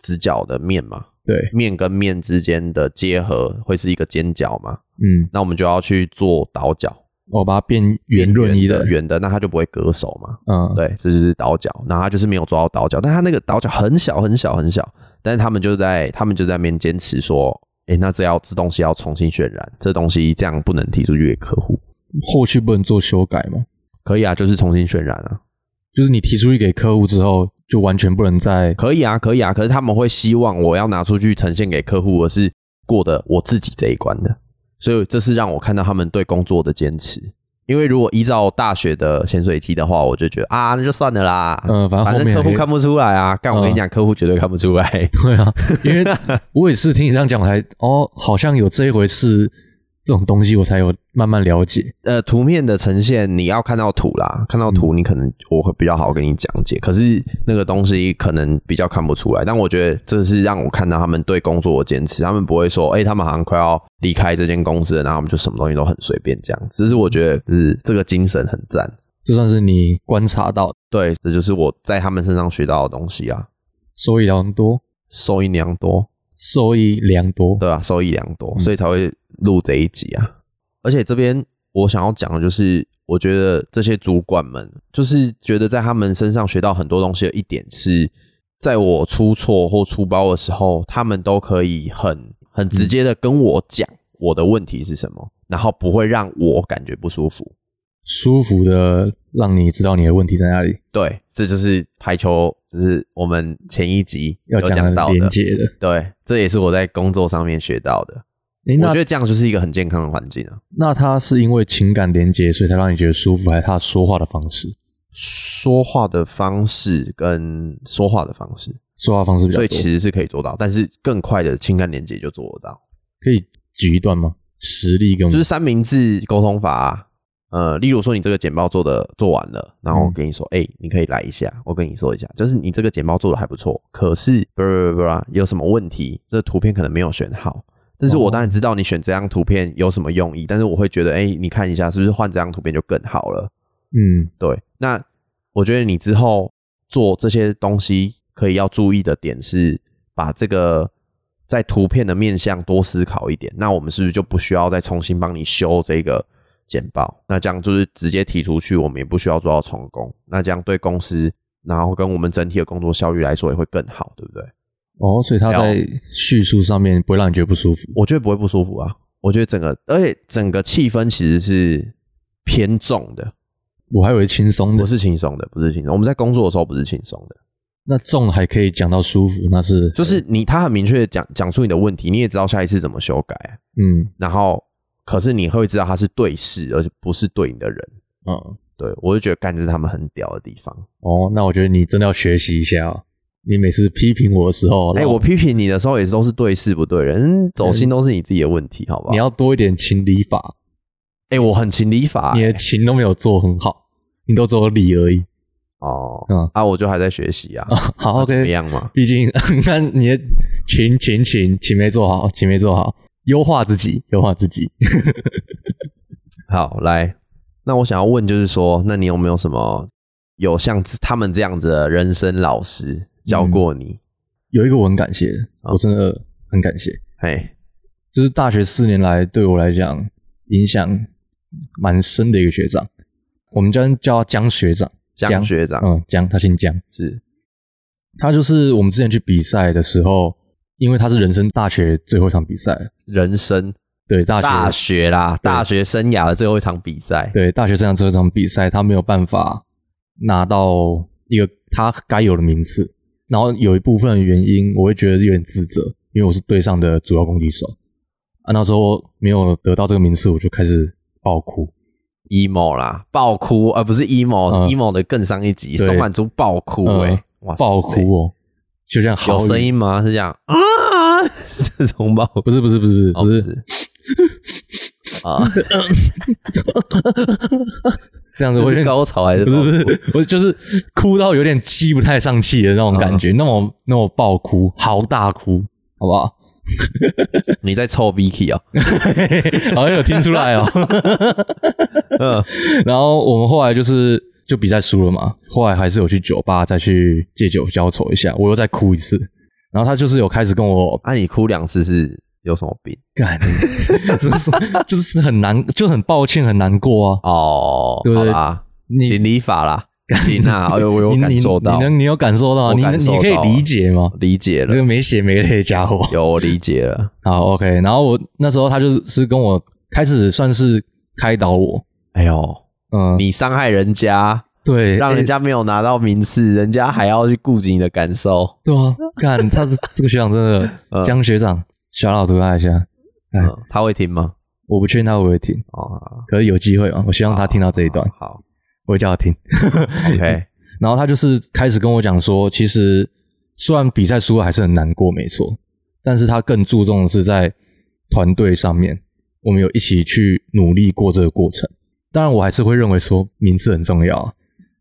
A: 直角的面嘛，
B: 对，
A: 面跟面之间的结合会是一个尖角嘛，
B: 嗯，
A: 那我们就要去做倒角，
B: 我把它变圆润一
A: 的
B: 点，
A: 圆的，那它就不会割手嘛。
B: 嗯，
A: 对，这就是倒角，然后他就是没有抓到倒角，但他那个倒角很小很小很小，但是他们就在他们就在那边坚持说，诶、那这要这东西要重新渲染，这东西这样不能提出去给客户，
B: 后续不能做修改嘛？
A: 可以啊，就是重新渲染啊，
B: 就是你提出去给客户之后，就完全不能再
A: 可以啊，可以啊，可是他们会希望我要拿出去呈现给客户，而是过的我自己这一关的，所以这是让我看到他们对工作的坚持。因为如果依照大学的潜水机的话，我就觉得啊，那就算了啦，
B: 嗯反正
A: 反
B: 后
A: 正
B: 面嗯
A: 客
B: 还可
A: 户
B: 以
A: 看不出来啊。干，我跟你讲，客户绝对看不出来。
B: [laughs] 对啊，因为我也是听你这样讲，我才哦，好像有这一回事这种东西，我才有慢慢了解。
A: 呃，图片的呈现你要看到图啦，看到图你可能我会比较好跟你讲解，可是那个东西可能比较看不出来。但我觉得这是让我看到他们对工作的坚持，他们不会说，哎、他们好像快要离开这间公司了，然后我们就什么东西都很随便这样。只是我觉得是这个精神很赞，
B: 这算是你观察到
A: 对，这就是我在他们身上学到的东西啊，
B: 收益良多，
A: 受益良多，
B: 收益良多。
A: 对啊，受益良
B: 嗯
A: 多，所以才会录这一集啊。而且这边我想要讲的就是，我觉得这些主管们，就是觉得在他们身上学到很多东西的一点是，在我出错或出包的时候，他们都可以很很直接的跟我讲我的问题是什么，然后不会让我感觉不舒服。
B: 舒服的让你知道你的问题在哪里，
A: 对，这就是排球，就是我们前一集
B: 要
A: 有讲
B: 的
A: 到
B: 连
A: 的。
B: 接的。
A: 对，这也是我在工作上面学到的。
B: 诶
A: 我
B: 那
A: 觉得这样就是一个很健康的环境啊。
B: 那他是因为情感连接，所以才让你觉得舒服，还是他说话的方式？
A: 说话的方式跟说话的方式，
B: 说话方式比较
A: 所
B: 多。
A: 以其实是可以做到，但是更快的情感连接就做得到，
B: 可以举一段吗？实力跟我
A: 就是
B: 们
A: 三明治沟通法啊、呃，例如说你这个简报做的做完了，然后我跟你说，哎、你可以来一下，我跟你说一下，就是你这个简报做的还不错，可是不不不不，有什么问题？这图片可能没有选好。但是我
B: 哦
A: 当然知道你选这张图片有什么用意，但是我会觉得，哎、你看一下是不是换这张图片就更好了？
B: 嗯，
A: 对，那我觉得你之后做这些东西可以要注意的点是，把这个在图片的面向多思考一点。那我们是不是就不需要再重新帮你修这个简报？那这样就是直接提出去，我们也不需要做到重工。那这样对公司，然后跟我们整体的工作效率来说也会更好，对不对？
B: 哦，所以他在叙述上面不会让你觉得不舒服。
A: 我觉得不会不舒服啊。我觉得整个，而且整个气氛其实是偏重的，
B: 我还以为轻松的
A: 不，是轻松的，不是轻松。我们在工作的时候不是轻松的。
B: 那重还可以讲到舒服，那是
A: 就是你他很明确地讲讲出你的问题，你也知道下一次怎么修改，
B: 嗯
A: 然后可是你会知道他是对事，而不是对你的人。
B: 嗯
A: 对我就觉得干这是他们很屌的地方。
B: 哦，那我觉得你真的要学习一下、哦。你每次批评我的时候，
A: 哎、
B: 让
A: 我批评你的时候也都是对事不对人，走心都是你自己的问题，好不好？
B: 你要多一点情理法，
A: 哎、我很情理法、
B: 你
A: 欸
B: 的情都没有做很好，你都只有理而已。
A: 哦，
B: 嗯
A: 啊，我就还在学习啊，
B: 好
A: 那怎么
B: ，OK，
A: 样
B: [laughs]
A: 嘛？
B: 毕竟你看你的情情情情没做好，情没做好，优化自己，优化自己。
A: 好，来，那我想要问就是说，那你有没有什么有像他们这样子的人生老师教
B: 嗯
A: 过你？
B: 有一个我很感谢的，我真的很感谢，
A: 嘿，
B: 这是大学四年来对我来讲影响蛮深的一个学长，我们叫叫他江学长，
A: 江学长、
B: 嗯，江，他姓江，
A: 是
B: 他就是我们之前去比赛的时候，因为他是人生大学最后一场比赛，
A: 人生
B: 对大学
A: 大学啦，
B: 对
A: 大学生涯的最后一场比赛，
B: 对大学生涯最后一场比赛，他没有办法拿到一个他该有的名次，然后有一部分原因我会觉得有点自责，因为我是队上的主要攻击手啊，那时候没有得到这个名次，我就开始爆哭，
A: emo 啦，爆哭，呃而、不是 emo，
B: 嗯
A: emo 的更上一级，
B: 对
A: 松满珠爆哭
B: 嗯
A: 哎、哇塞
B: 爆哭哦，就这
A: 有
B: 样好
A: 声音吗？是这样啊， [laughs] 这种爆哭
B: 不是不是不是
A: 哦
B: 不是
A: 啊，
B: [laughs] 这样子，
A: 这
B: 我有
A: 是
B: 点
A: 高潮还是
B: 不
A: 爆
B: 是
A: 哭？
B: 不是，我就是哭到有点吸不太上气的那种感觉，
A: 嗯
B: 那么那么爆哭，嚎大哭，好不好？
A: 你在抽 Vicky 哦？
B: [laughs] 好像有听出来哦。
A: [laughs] 嗯，
B: 然后我们后来就是就比赛输了嘛，后来还是有去酒吧再去借酒浇愁一下，我又再哭一次。然后他就是有开始跟我
A: 啊，你哭两次是有什么病？
B: 干， [laughs] 就是就是很难，就很抱歉，很难过啊。
A: 哦，
B: 对不
A: 好
B: 对
A: 啦，
B: 你
A: 请理法
B: [laughs]
A: 啦，行啦，哎呦，我有
B: 你
A: 感
B: 你
A: 受到
B: 你，能你有感受到，
A: 我
B: 你能
A: 感受
B: 你可以
A: 到啊
B: 理解吗？
A: 理解
B: 这
A: 了，
B: 个没血没泪的家伙。
A: 有我理解了，
B: 好，OK。然后我那时候他就是是跟我开始算是开导我，
A: 哎呦，
B: 嗯，
A: 你伤害人家，
B: 对，
A: 让
B: 哎
A: 人家没有拿到名次，人家还要去顾及你的感受，
B: 对啊，干，他是这个学长真的，
A: 嗯
B: 江学长，小老毒他一下，哎
A: 嗯，他会听吗？
B: 我不确定他会不会听，
A: 哦，
B: 可是有机会嘛，我希望他听到这一段，
A: 好
B: 我会叫他听。 [laughs]
A: ，OK，
B: 然后他就是开始跟我讲说，其实虽然比赛输了还是很难过，没错，但是他更注重的是在团队上面，我们有一起去努力过这个过程。当然，我还是会认为说名次很重要啊，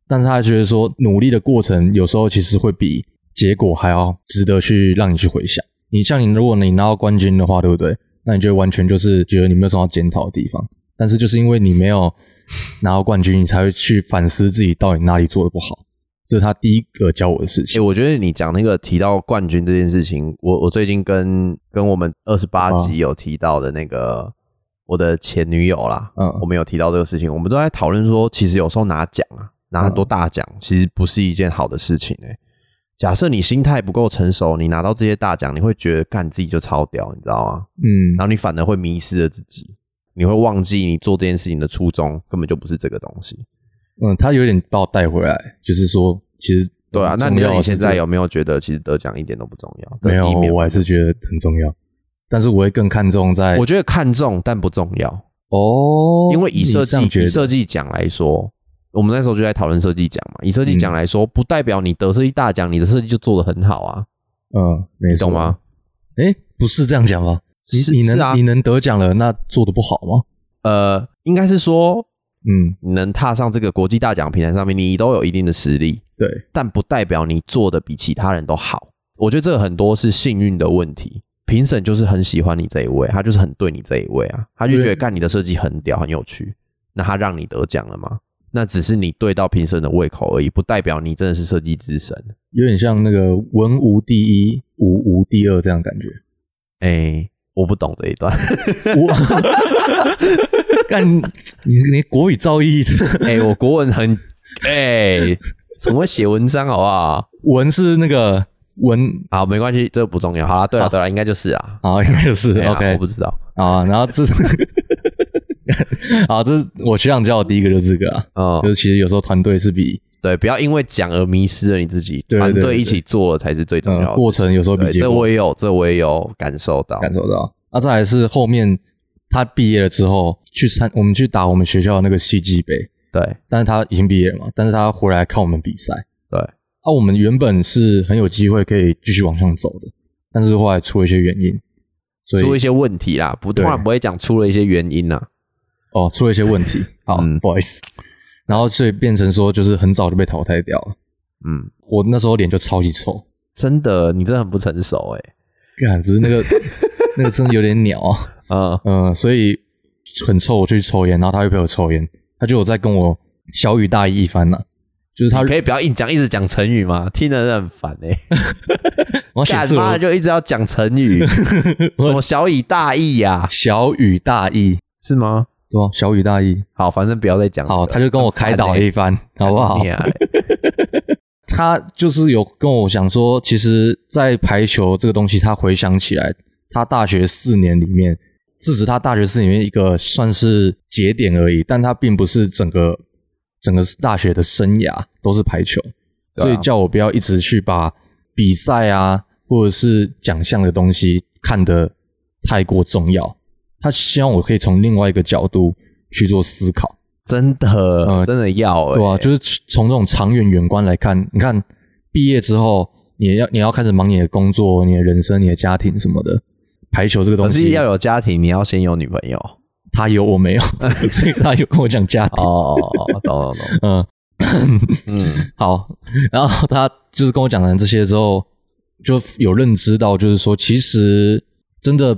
B: 但是他觉得说努力的过程有时候其实会比结果还要值得去让你去回想。你像你，如果你拿到冠军的话，对不对？那你就完全就是觉得你没有什么要检讨的地方。但是就是因为你没有拿到冠军，你才会去反思自己到底哪里做的不好。这是他第一个教我的事
A: 哎，
B: 情。
A: 我觉得你讲那个提到冠军这件事情，我我最近跟跟我们二十八
B: 啊
A: 集有提到的那个我的前女友啦，
B: 嗯
A: 我们有提到这个事情，我们都在讨论说，其实有时候拿奖啊，拿很多
B: 嗯
A: 大奖，其实不是一件好的事情诶、假设你心态不够成熟，你拿到这些大奖，你会觉得干自己就超屌，你知道吗？
B: 嗯
A: 然，后你反而会迷失了自己，你会忘记你做这件事情的初衷根本就不是这个东西。
B: 嗯，他有点把我带回来，就是说，其实
A: 对啊，那
B: 嗯重
A: 你
B: 要
A: 那
B: 的
A: 你
B: 是
A: 现
B: 这个
A: 在有没有觉得其实得奖一点都不重要？得
B: 没有
A: 第一名？
B: 我还是觉得很重要，但是我会更看重在
A: 我觉得看重但不重要，
B: 哦，
A: 因为以设计以
B: 你这样觉得
A: 设计奖来说，我们那时候就在讨论设计奖嘛。以设计
B: 嗯
A: 奖来说，不代表你得设计大奖，你的设计就做得很好啊，
B: 嗯，没
A: 你
B: 错
A: 懂吗？？
B: 哎，不是这样讲吧？你
A: 是
B: 你能、
A: 是啊
B: 你能得奖了，那做的不好吗？
A: 呃，应该是说
B: 嗯，
A: 你能踏上这个国际大奖平台上面，你都有一定的实力。
B: 对，
A: 但不代表你做的比其他人都好。我觉得这个很多是幸运的问题。评审就是很喜欢你这一位，他就是很对你这一位啊，他就觉
B: 对
A: 得干你的设计很屌，很有趣。那他让你得奖了吗？那只是你对到评审的胃口而已，不代表你真的是设计之神。
B: 有点像那个文无第一，武无第二这样的感觉。
A: 哎、我不懂这一段。 [laughs]
B: 我干你你国语造诣，
A: 哎、我国文很哎，怎么会写文章好不好？
B: 文是那个文
A: 好，没关系，这个不重要。好啦，对了对了，应该就是啊。
B: 啊，应该就是
A: 哎呀
B: OK
A: 我不知道。
B: 啊。然后这是啊，这是我学长教我第一个就是这个啊，
A: 嗯
B: 就，是其实有时候团队是比
A: 对，不要因为讲而迷失了你自己，
B: 对对
A: 团
B: 对
A: 队一起做了才是最重要的
B: 呃
A: 事情。
B: 过程有时候比
A: 对，
B: 结
A: 这
B: 果
A: 我也有，这我也有感受到。
B: 感受到。啊，再来是后面他毕业了之后去参，我们去打我们学校的那个戏剧杯，
A: 对
B: 但是他已经毕业了嘛，但是他回来看我们比赛。
A: 对，
B: 啊，我们原本是很有机会可以继续往上走的，但是后来出了一些原因，所以
A: 出一些问题啦，不，
B: 对
A: 通常不会讲出了一些原因啦。
B: 哦出了一些问题，好，
A: 嗯
B: 不好意思，然后所以变成说就是很早就被淘汰掉了。
A: 嗯，
B: 我那时候脸就超级臭，
A: 真的，你真的很不成熟哎、
B: 干不是那个那个真的有点鸟啊，
A: 嗯，
B: 嗯，所以很臭，我就去抽烟，然后他又陪我抽烟，他就有在跟我小雨大意一番了、就是他
A: 你可以不要硬讲，一直讲成语吗？听的人很烦哎、
B: 我写
A: 干
B: 字
A: 妈
B: 我
A: 的就一直要讲成
B: [laughs]
A: 语，什么小以大义呀、
B: 小雨大意，
A: 是吗？
B: 对吧？小雨大意，
A: 好，反正不要再讲、
B: 好，他就跟我开导了
A: 欸
B: 一番，好不好？
A: 娘嘞
B: 他就是有跟我讲说，其实，在排球这个东西，他回想起来，他大学四年里面，这只是他大学四年里面一个算是节点而已，但他并不是整个整个大学的生涯都是排球，
A: 对啊
B: 所以叫我不要一直去把比赛啊或者是奖项的东西看得太过重要。他希望我可以从另外一个角度去做思考。
A: 真的、
B: [laughs] 嗯
A: 真的要、欸，
B: 对啊，就是从这种长远远观来看，你看毕业之后，你要你要开始忙你的工作、你的人生、你的家庭什么的。排球这个东
A: 可是
B: 西，
A: 要有家庭，你要先有女朋友。
B: 他有我
A: [laughs]
B: 没有，所以他有跟我讲家庭。
A: 哦，懂懂懂，
B: [laughs] 嗯，
A: 嗯，
B: 好，然后他就是跟我讲完这些之后，就有认知到，就是说，其实真的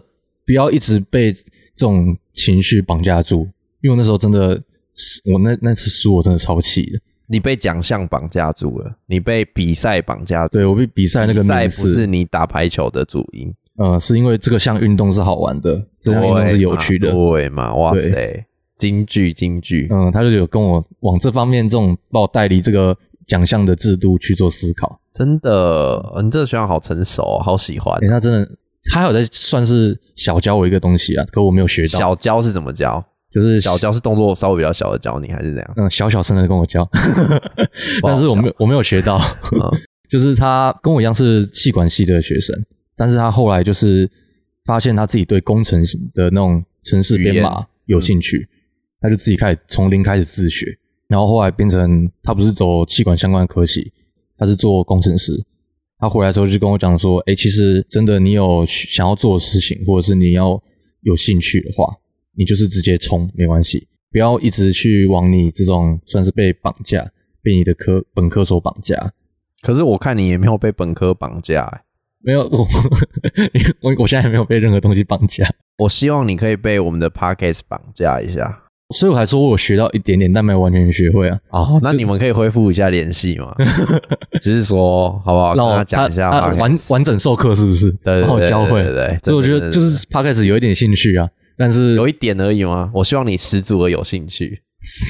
B: 不要一直被这种情绪绑架住，因为我那时候真的是，我那那次输我真的超气的，
A: 你被奖项绑架住了，你被比赛绑架住。
B: 对我被比赛那个
A: 比赛
B: 名
A: 不
B: 次，
A: 是你打排球的主因，
B: 嗯，是因为这个项运动是好玩的，这项运动是有趣的
A: 对，嘛对嘛？哇塞，京剧京剧，
B: 嗯，他就有跟我往这方面这种把我带离这个奖项的制度去做思考。
A: 真的，你这个学校好成熟哦，好喜欢
B: 哎、。他真的，他还有在算是小教我一个东西啊，可我没有学到，
A: 小教是怎么教？
B: 就是
A: 小教是动作稍微比较小的教你，还是怎样？
B: 嗯小小声的跟我教，
A: 不好
B: [laughs] 但是我没有我没有学到，
A: 嗯
B: [laughs] 就是他跟我一样是气管系的学生，但是他后来就是发现他自己对工程的那种城市编
A: 语
B: 码有兴趣，他就自己开始从零开始自学，然后后来变成他不是走气管相关的科系，他是做工程师。他回来之后就跟我讲说：“哎、其实真的，你有想要做的事情，或者是你要有兴趣的话，你就是直接冲，没关系，不要一直去往你这种算是被绑架，被你的科本科所绑架。
A: 可是我看你也没有被本科绑架、欸
B: 没有我，我我现在还没有被任何东西绑架，
A: 我希望你可以被我们的 podcast 绑架一下。
B: 所以我还说我有学到一点点，但没有完全学会啊。
A: 哦，那你们可以恢复一下联系
B: [laughs]
A: 吗？只是说，好不好？跟
B: 让我
A: 讲一下
B: 他他
A: podcast
B: 完完整授课是不是？
A: 对对
B: 让我
A: 对
B: 哦教会。
A: 对对对
B: 所以我觉
A: 真
B: 得
A: 的
B: 就
A: 真
B: 是 p 开始有一点兴趣啊，但是
A: 有一点而已吗？我希望你十足的有兴趣，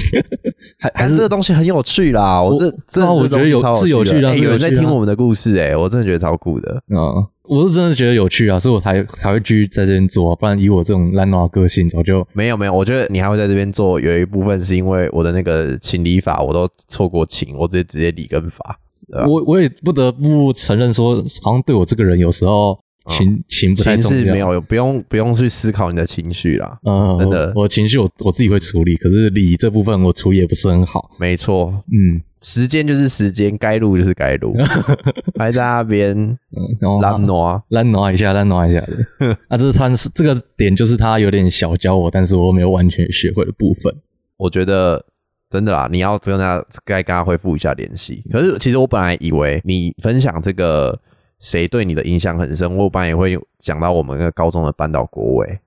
B: [laughs] 还还
A: 但是这个
B: 是
A: 东西很有趣啦。我这这
B: 啊我
A: 这东西
B: 觉得有
A: 超
B: 是有
A: 趣
B: 趣的
A: 哎
B: 是
A: 有人
B: 有
A: 在
B: 趣的
A: 听我们的故事，哎，我真的觉得超酷的。
B: 嗯，我是真的觉得有趣啊，所以我才才会继续在这边做、啊，不然以我这种烂脑的个性，早就
A: 没有没有，我觉得你还会在这边做，有一部分是因为我的那个情理法我都错过情，我直接直接理跟法，对吧啊
B: 我我也不得不承认说，好像对我这个人有时候情、情不
A: 嗯
B: 太
A: 情
B: 重
A: 是
B: 要，
A: 没有，不用不用去思考你的情绪啦。
B: 嗯，
A: 真的
B: 我我情绪我我自己会处理，可是理这部分我处理也不是很好，
A: 没错，
B: 嗯，
A: 时间就是时间，该录就是该
B: [laughs]
A: 录，还在那边啊
B: 嗯然后
A: 拉挪。
B: 烂挪一下，烂挪一
A: [laughs]
B: 下的。啊，这是他是这个点，就是他有点小教我，但是我没有完全学会的部分。
A: 我觉得真的啦，你要跟他该跟他恢复一下联系。可是其实我本来以为你分享这个谁对你的影响很深，我本来也会讲到我们那个高中的班导国伟，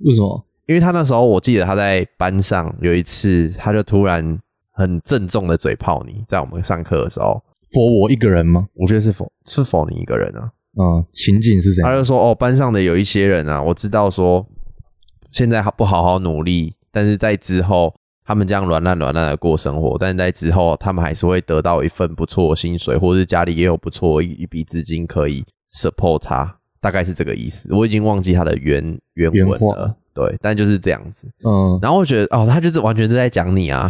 B: 为什么？
A: 因为他那时候我记得他在班上有一次，他就突然很郑重的嘴炮你，在我们上课的时候，
B: 佛我一个人吗？
A: 我觉得是否是否你一个人啊？
B: 嗯，情景是怎
A: 他
B: 样？
A: 就说哦，班上的有一些人啊，我知道说现在不好好努力，但是在之后他们这样软烂软烂的过生活，但是在之后他们还是会得到一份不错的薪水，或是家里也有不错一一笔资金可以 support 他，大概是这个意思。我已经忘记他的原原
B: 原
A: 文
B: 话
A: 了，对，但就是这样子。
B: 嗯，
A: 然后我觉得哦，他就是完全是在讲你
B: [laughs]
A: 啊，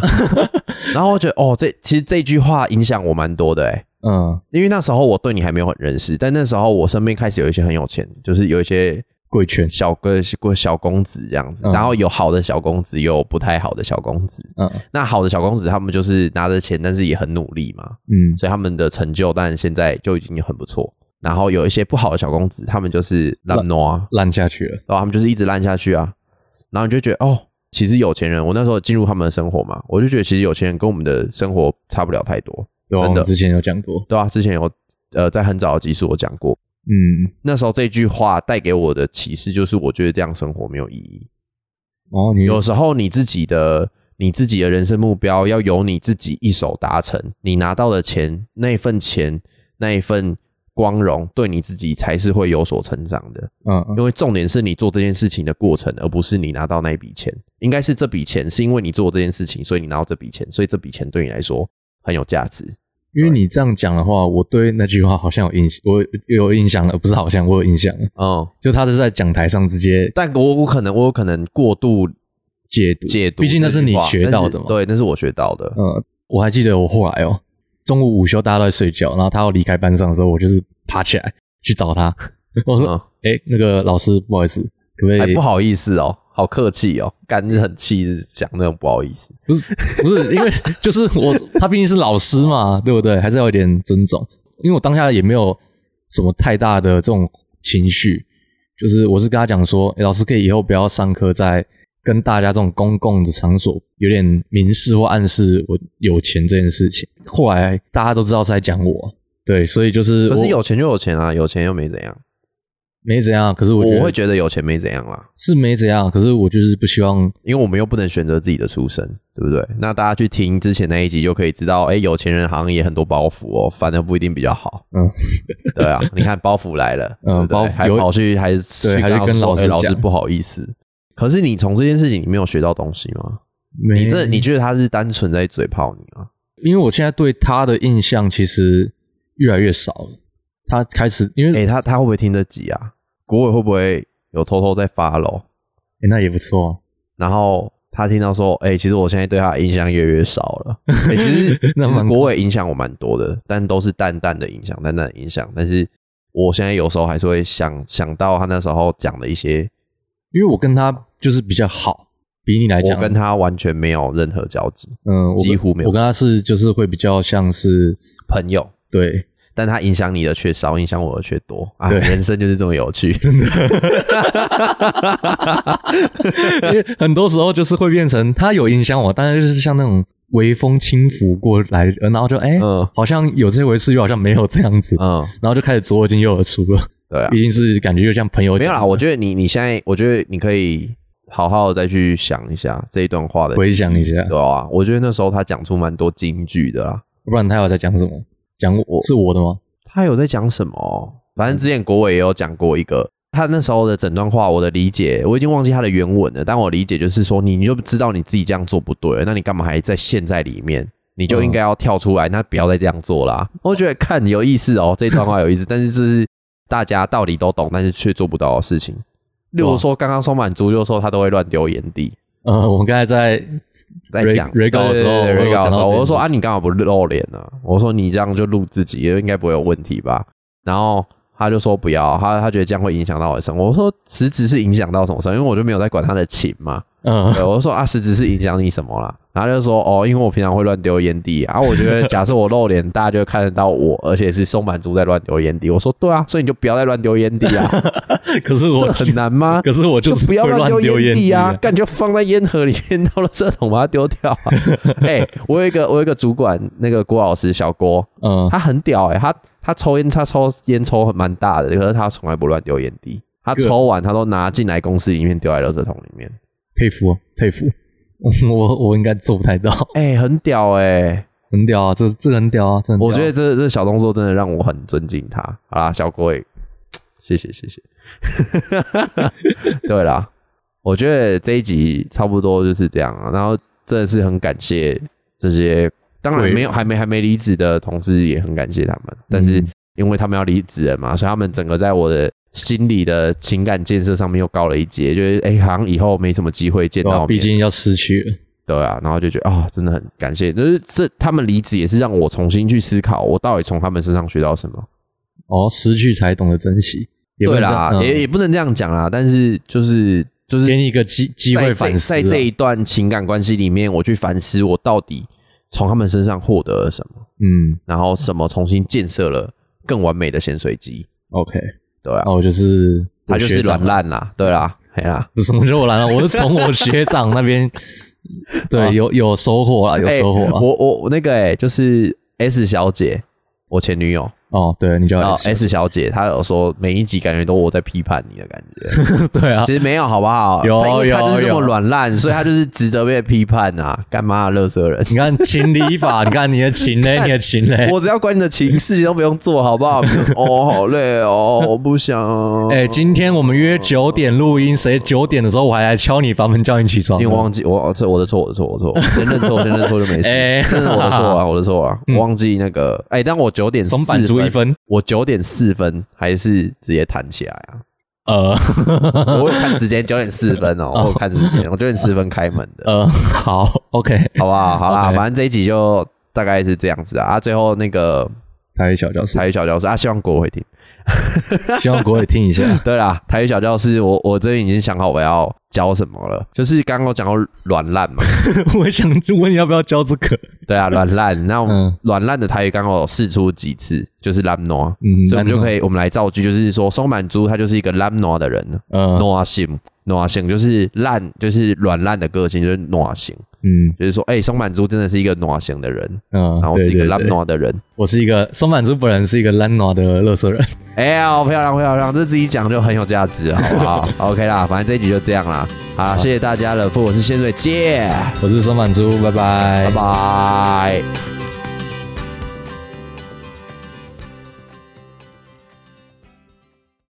A: 然后我觉得哦，这其实这句话影响我蛮多的哎、
B: 嗯，
A: 因为那时候我对你还没有很认识，但那时候我身边开始有一些很有钱，就是有一些
B: 贵圈，
A: 小哥、小公子这样子，
B: 嗯
A: 然后有好的小公子，也有不太好的小公子。
B: 嗯
A: 那好的小公子，他们就是拿着钱，但是也很努力嘛，
B: 嗯
A: 所以他们的成就，但现在就已经很不错。然后有一些不好的小公子，他们就是烂挪啊，
B: 烂下去了。
A: 然后他们就是一直烂下去啊。然后你就觉得哦，其实有钱人，我那时候进入他们的生活嘛，我就觉得其实有钱人跟我们的生活差不了太多，
B: 对啊，
A: 真的
B: 我们之前有讲过，
A: 对啊，之前有呃在很早的集数我讲过，
B: 嗯，
A: 那时候这句话带给我的启示就是，我觉得这样生活没有意义。
B: 哦，你
A: 有时候你自己的你自己的人生目标要由你自己一手达成，你拿到的钱那份钱那一份光荣，对你自己才是会有所成长的。
B: 嗯嗯
A: 因为重点是你做这件事情的过程，而不是你拿到那一笔钱。应该是这笔钱是因为你做这件事情，所以你拿到这笔钱，所以这笔钱对你来说很有价值。
B: 因为你这样讲的话，我对那句话好像有印，我有印象了，不是好像我有印象了，
A: 嗯，
B: 就他是在讲台上直接
A: 但我我可能我有可能过度
B: 解读，
A: 解读这句话，
B: 毕竟那是你学到的
A: 但
B: 嘛
A: 是。对，那是我学到的。
B: 嗯，我还记得我后来哦，中午午休大家都在睡觉，然后他要离开班上的时候，我就是爬起来去找他，我说 [laughs]
A: 嗯，：“
B: 哎、那个老师，不好意思，可不可
A: 还
B: 以
A: 不好意思哦，好客气哦，干就是很气，讲那种不好意思。
B: 不是不是，因为就是我，他毕竟是老师嘛， [laughs] 对不对？还是要有点尊重。因为我当下也没有什么太大的这种情绪，就是我是跟他讲说，哎诶老师可以以后不要上课在跟大家这种公共的场所有点明示或暗示我有钱这件事情。后来大家都知道是在讲我，对，所以就是
A: 可
B: 我
A: 是有钱就有钱啊，有钱又没怎样。
B: 没怎样，可是我觉
A: 我
B: 得
A: 会觉得有钱没怎样啦，
B: 是没怎样，可是我就是不希望
A: 因为我们又不能选择自己的出身，对不对？那大家去听之前那一集就可以知道，哎，有钱人好像也很多包袱哦，反而不一定比较好。
B: 嗯，
A: 对
B: [laughs]
A: 啊，你看包袱来了，对不
B: 嗯
A: 对
B: 包袱
A: 还
B: 有
A: 跑去还去
B: 还去跟
A: 老
B: 老
A: 师说哎
B: 师
A: 老师
B: 讲
A: 不好意思。可是你从这件事情你没有学到东西吗？
B: 没
A: 你这你觉得他是单纯在嘴炮你吗？
B: 因为我现在对他的印象其实越来越少了。他开始因为、
A: 哎、他他会不会听得集啊？国伟会不会有偷偷在发喽？
B: 诶那也不错，啊
A: 然后他听到说，哎、其实我现在对他的印象越来越少
B: [laughs]
A: 了。哎，其实
B: 那
A: 其实
B: 蛮
A: 国伟影响我蛮多的，但都是淡淡的影响，淡淡的影响。但是我现在有时候还是会想想到他那时候讲的一些，
B: 因为我跟他就是比较好，比你来
A: 我
B: 讲，
A: 跟他完全没有任何交集，
B: 嗯，我跟
A: 几乎没有
B: 我跟他是就是会比较像是
A: 朋友。
B: 对，
A: 但他影响你的却少，影响我的却多啊！
B: 对
A: 人生就是这么有
B: [laughs]
A: 趣，
B: 因为很多时候就是会变成他有影响我，但是就是像那种微风轻拂过来，呃然后就哎、诶
A: 嗯
B: 好像有这回事，又好像没有这样子，
A: 嗯，
B: 然后就开始左耳进右耳出了，
A: 对啊，
B: 毕竟是感觉就像朋友
A: 没有啦，
B: 讲的
A: 我觉得你你现在，我觉得你可以好好的再去想一下这一段话的，
B: 回想一下，
A: 对啊，我觉得那时候他讲出蛮多金句的啦，
B: 不然他有在讲什么？讲我是我的吗？
A: 他有在讲什么？哦反正之前国伟也有讲过一个，他那时候的整段话，我的理解我已经忘记他的原文了，但我理解就是说，你你就知道你自己这样做不对了，那你干嘛还在陷在里面？你就应该要跳出来，那不要再这样做啦。我觉得看有意思哦，这段话有意思， [laughs] 但是这是大家道理都懂，但是却做不到的事情。例如说，刚刚说满足，就说他都会乱丢眼底，
B: 呃，我们刚才在
A: 在
B: 蕊
A: 讲
B: 蕊稿的时候
A: 对对对
B: 我
A: 蕊
B: 有
A: 稿的
B: 讲
A: 时
B: 到
A: 候，我就
B: 这件
A: 说
B: 事
A: 啊，你干嘛不露脸呢、我说你这样就录自己，应该不会有问题吧？然后他就说不要，他他觉得这样会影响到我的生活。我说实质是影响到什么事？因为我就没有在管他的情嘛。
B: 嗯
A: 对，我就说啊，实质是影响你什么啦？然后他就说哦，因为我平常会乱丢烟蒂啊，我觉得假设我露脸，大家就会看得到我，而且是松满族在乱丢烟蒂。我说对啊，所以你就不要再乱丢烟蒂啊， [laughs]
B: 可是
A: 这
B: 我，
A: 很难吗？
B: [laughs] 可是我
A: 就
B: 就是
A: 不要
B: 会
A: 乱
B: 乱
A: 丢
B: 丢
A: 烟
B: 烟
A: 蒂啊
B: 啊！，
A: 干就放在烟盒里面， [laughs] 到了这桶把它丢掉、啊。哎、我有一个我有一个主管，那个郭老师小郭，
B: 嗯，
A: 他很屌哎、他他抽烟他抽烟抽很蛮大的，可是他从来不乱丢烟蒂，他抽完他都拿进来公司里面丢在垃圾桶里面，
B: 佩服哦佩服， [laughs] 我我应该做不太到，
A: 哎、很屌哎、
B: 很屌啊，这这个很屌啊，这很屌
A: 我觉得这这小动作真的让我很尊敬他。好啦，小郭也，谢谢谢 [laughs] 谢。对啦，我觉得这一集差不多就是这样啊。然后真的是很感谢这些，当然
B: 对
A: 没有还没还没离职的同事也很感谢他们，但是
B: 嗯
A: 因为他们要离职了嘛，所以他们整个在我的。心理的情感建设上面又高了一阶，就是哎、好像以后没什么机会见
B: 对
A: 到
B: 啊，
A: 面，
B: 毕竟要失去了，
A: 对啊，然后就觉得啊、真的很感谢，就是这他们离职也是让我重新去思考，我到底从他们身上学到什么。
B: 哦，失去才懂得珍惜，也不
A: 对
B: 能这
A: 啦
B: 样，嗯
A: 也也不能这样讲啦，但是就是就是
B: 给你一个机机
A: 在
B: 会
A: 这
B: 反思啊，
A: 在这一段情感关系里面，我去反思我到底从他们身上获得了什么，
B: 嗯
A: 然后什么重新建设了更完美的咸水鸡。
B: ，OK，
A: 对啊，
B: 那我就是
A: 他
B: 我
A: 就是
B: 哦学啊长
A: 软，烂啦，对啦，嘿啦。
B: 不是什么就我烂了，我是从我学长
A: [laughs]
B: 那边，对，有有收获啊，有
A: 哦哎
B: 收获啊，
A: 我我我那个哎、就是 S 小姐，我哎前女友。
B: 哦，对，你叫
A: 然后
B: S，
A: S 小姐她有说每一集感觉都我在批判你的感
B: [laughs]
A: 觉，
B: [laughs] 对啊
A: 其，实没有好不好？
B: 有
A: 她因为她就是这么
B: 有有
A: 软烂，所以她就是值得被批判啊！干嘛乐色
B: [laughs]
A: 人？
B: 你看情理法，你看你的情
A: [laughs]
B: 嘞，你的情嘞，
A: 我只要管你的情事都不用做好不
B: [laughs]
A: 好？哦，好累哦，我不想。
B: 哎、今天我们约九点录音，谁九点的时候我还来敲你房门叫你起床
A: 因为？我忘记我这我的错，我的错，我的错，我先认错，先认错就没事。
B: 哎
A: 真的我的错啊，我的错啊，
B: 嗯
A: 我忘记那个哎，但我九点四
B: 总板足一
A: 分，
B: 分，
A: 我九点四分还是直接弹起来啊。
B: [laughs] 呃
A: 我有看时间九点四分
B: [laughs]
A: 哦，我有看时间，我九点四分开门的。
B: 呃，好，OK，
A: [laughs] 好不好？好啦
B: OK
A: 反正这一集就大概是这样子啊。啊最后那个
B: 台语小教室，
A: 台语小教室啊，希望国会听。
B: [laughs] 希望各位听
A: [laughs]
B: 一下。
A: 对啦，台语小教室，我我这边已经想好我要教什么了，就是刚刚我讲到软烂
B: [laughs]
A: 嘛，
B: 我想问你要不要教这个？
A: 对啊，软烂，那我们
B: 嗯
A: 软烂的台语刚好有试出几次，就是烂挪，
B: 嗯
A: 所以我们就可
B: 以，
A: 以我们来造句，就是说松满珠他就是一个烂挪的人，
B: 嗯
A: 挪性挪性就是烂，就是软烂的个性，就是挪性，
B: 嗯
A: 就是说，哎、松满珠真的是一个挪性的人，
B: 嗯，
A: 然后是一
B: 对
A: 个
B: 对
A: 烂
B: 对
A: 挪的人。
B: 我是一个松满珠本人是一个烂暖的乐色人。
A: 哎呀，好漂亮，漂亮，这自己讲就很有价值，好不好？OK 啦，反正这一集就这样啦。好啦，谢谢大家了，付我是仙水见，
B: 我是松满珠，拜
A: 拜
B: 拜
A: 拜。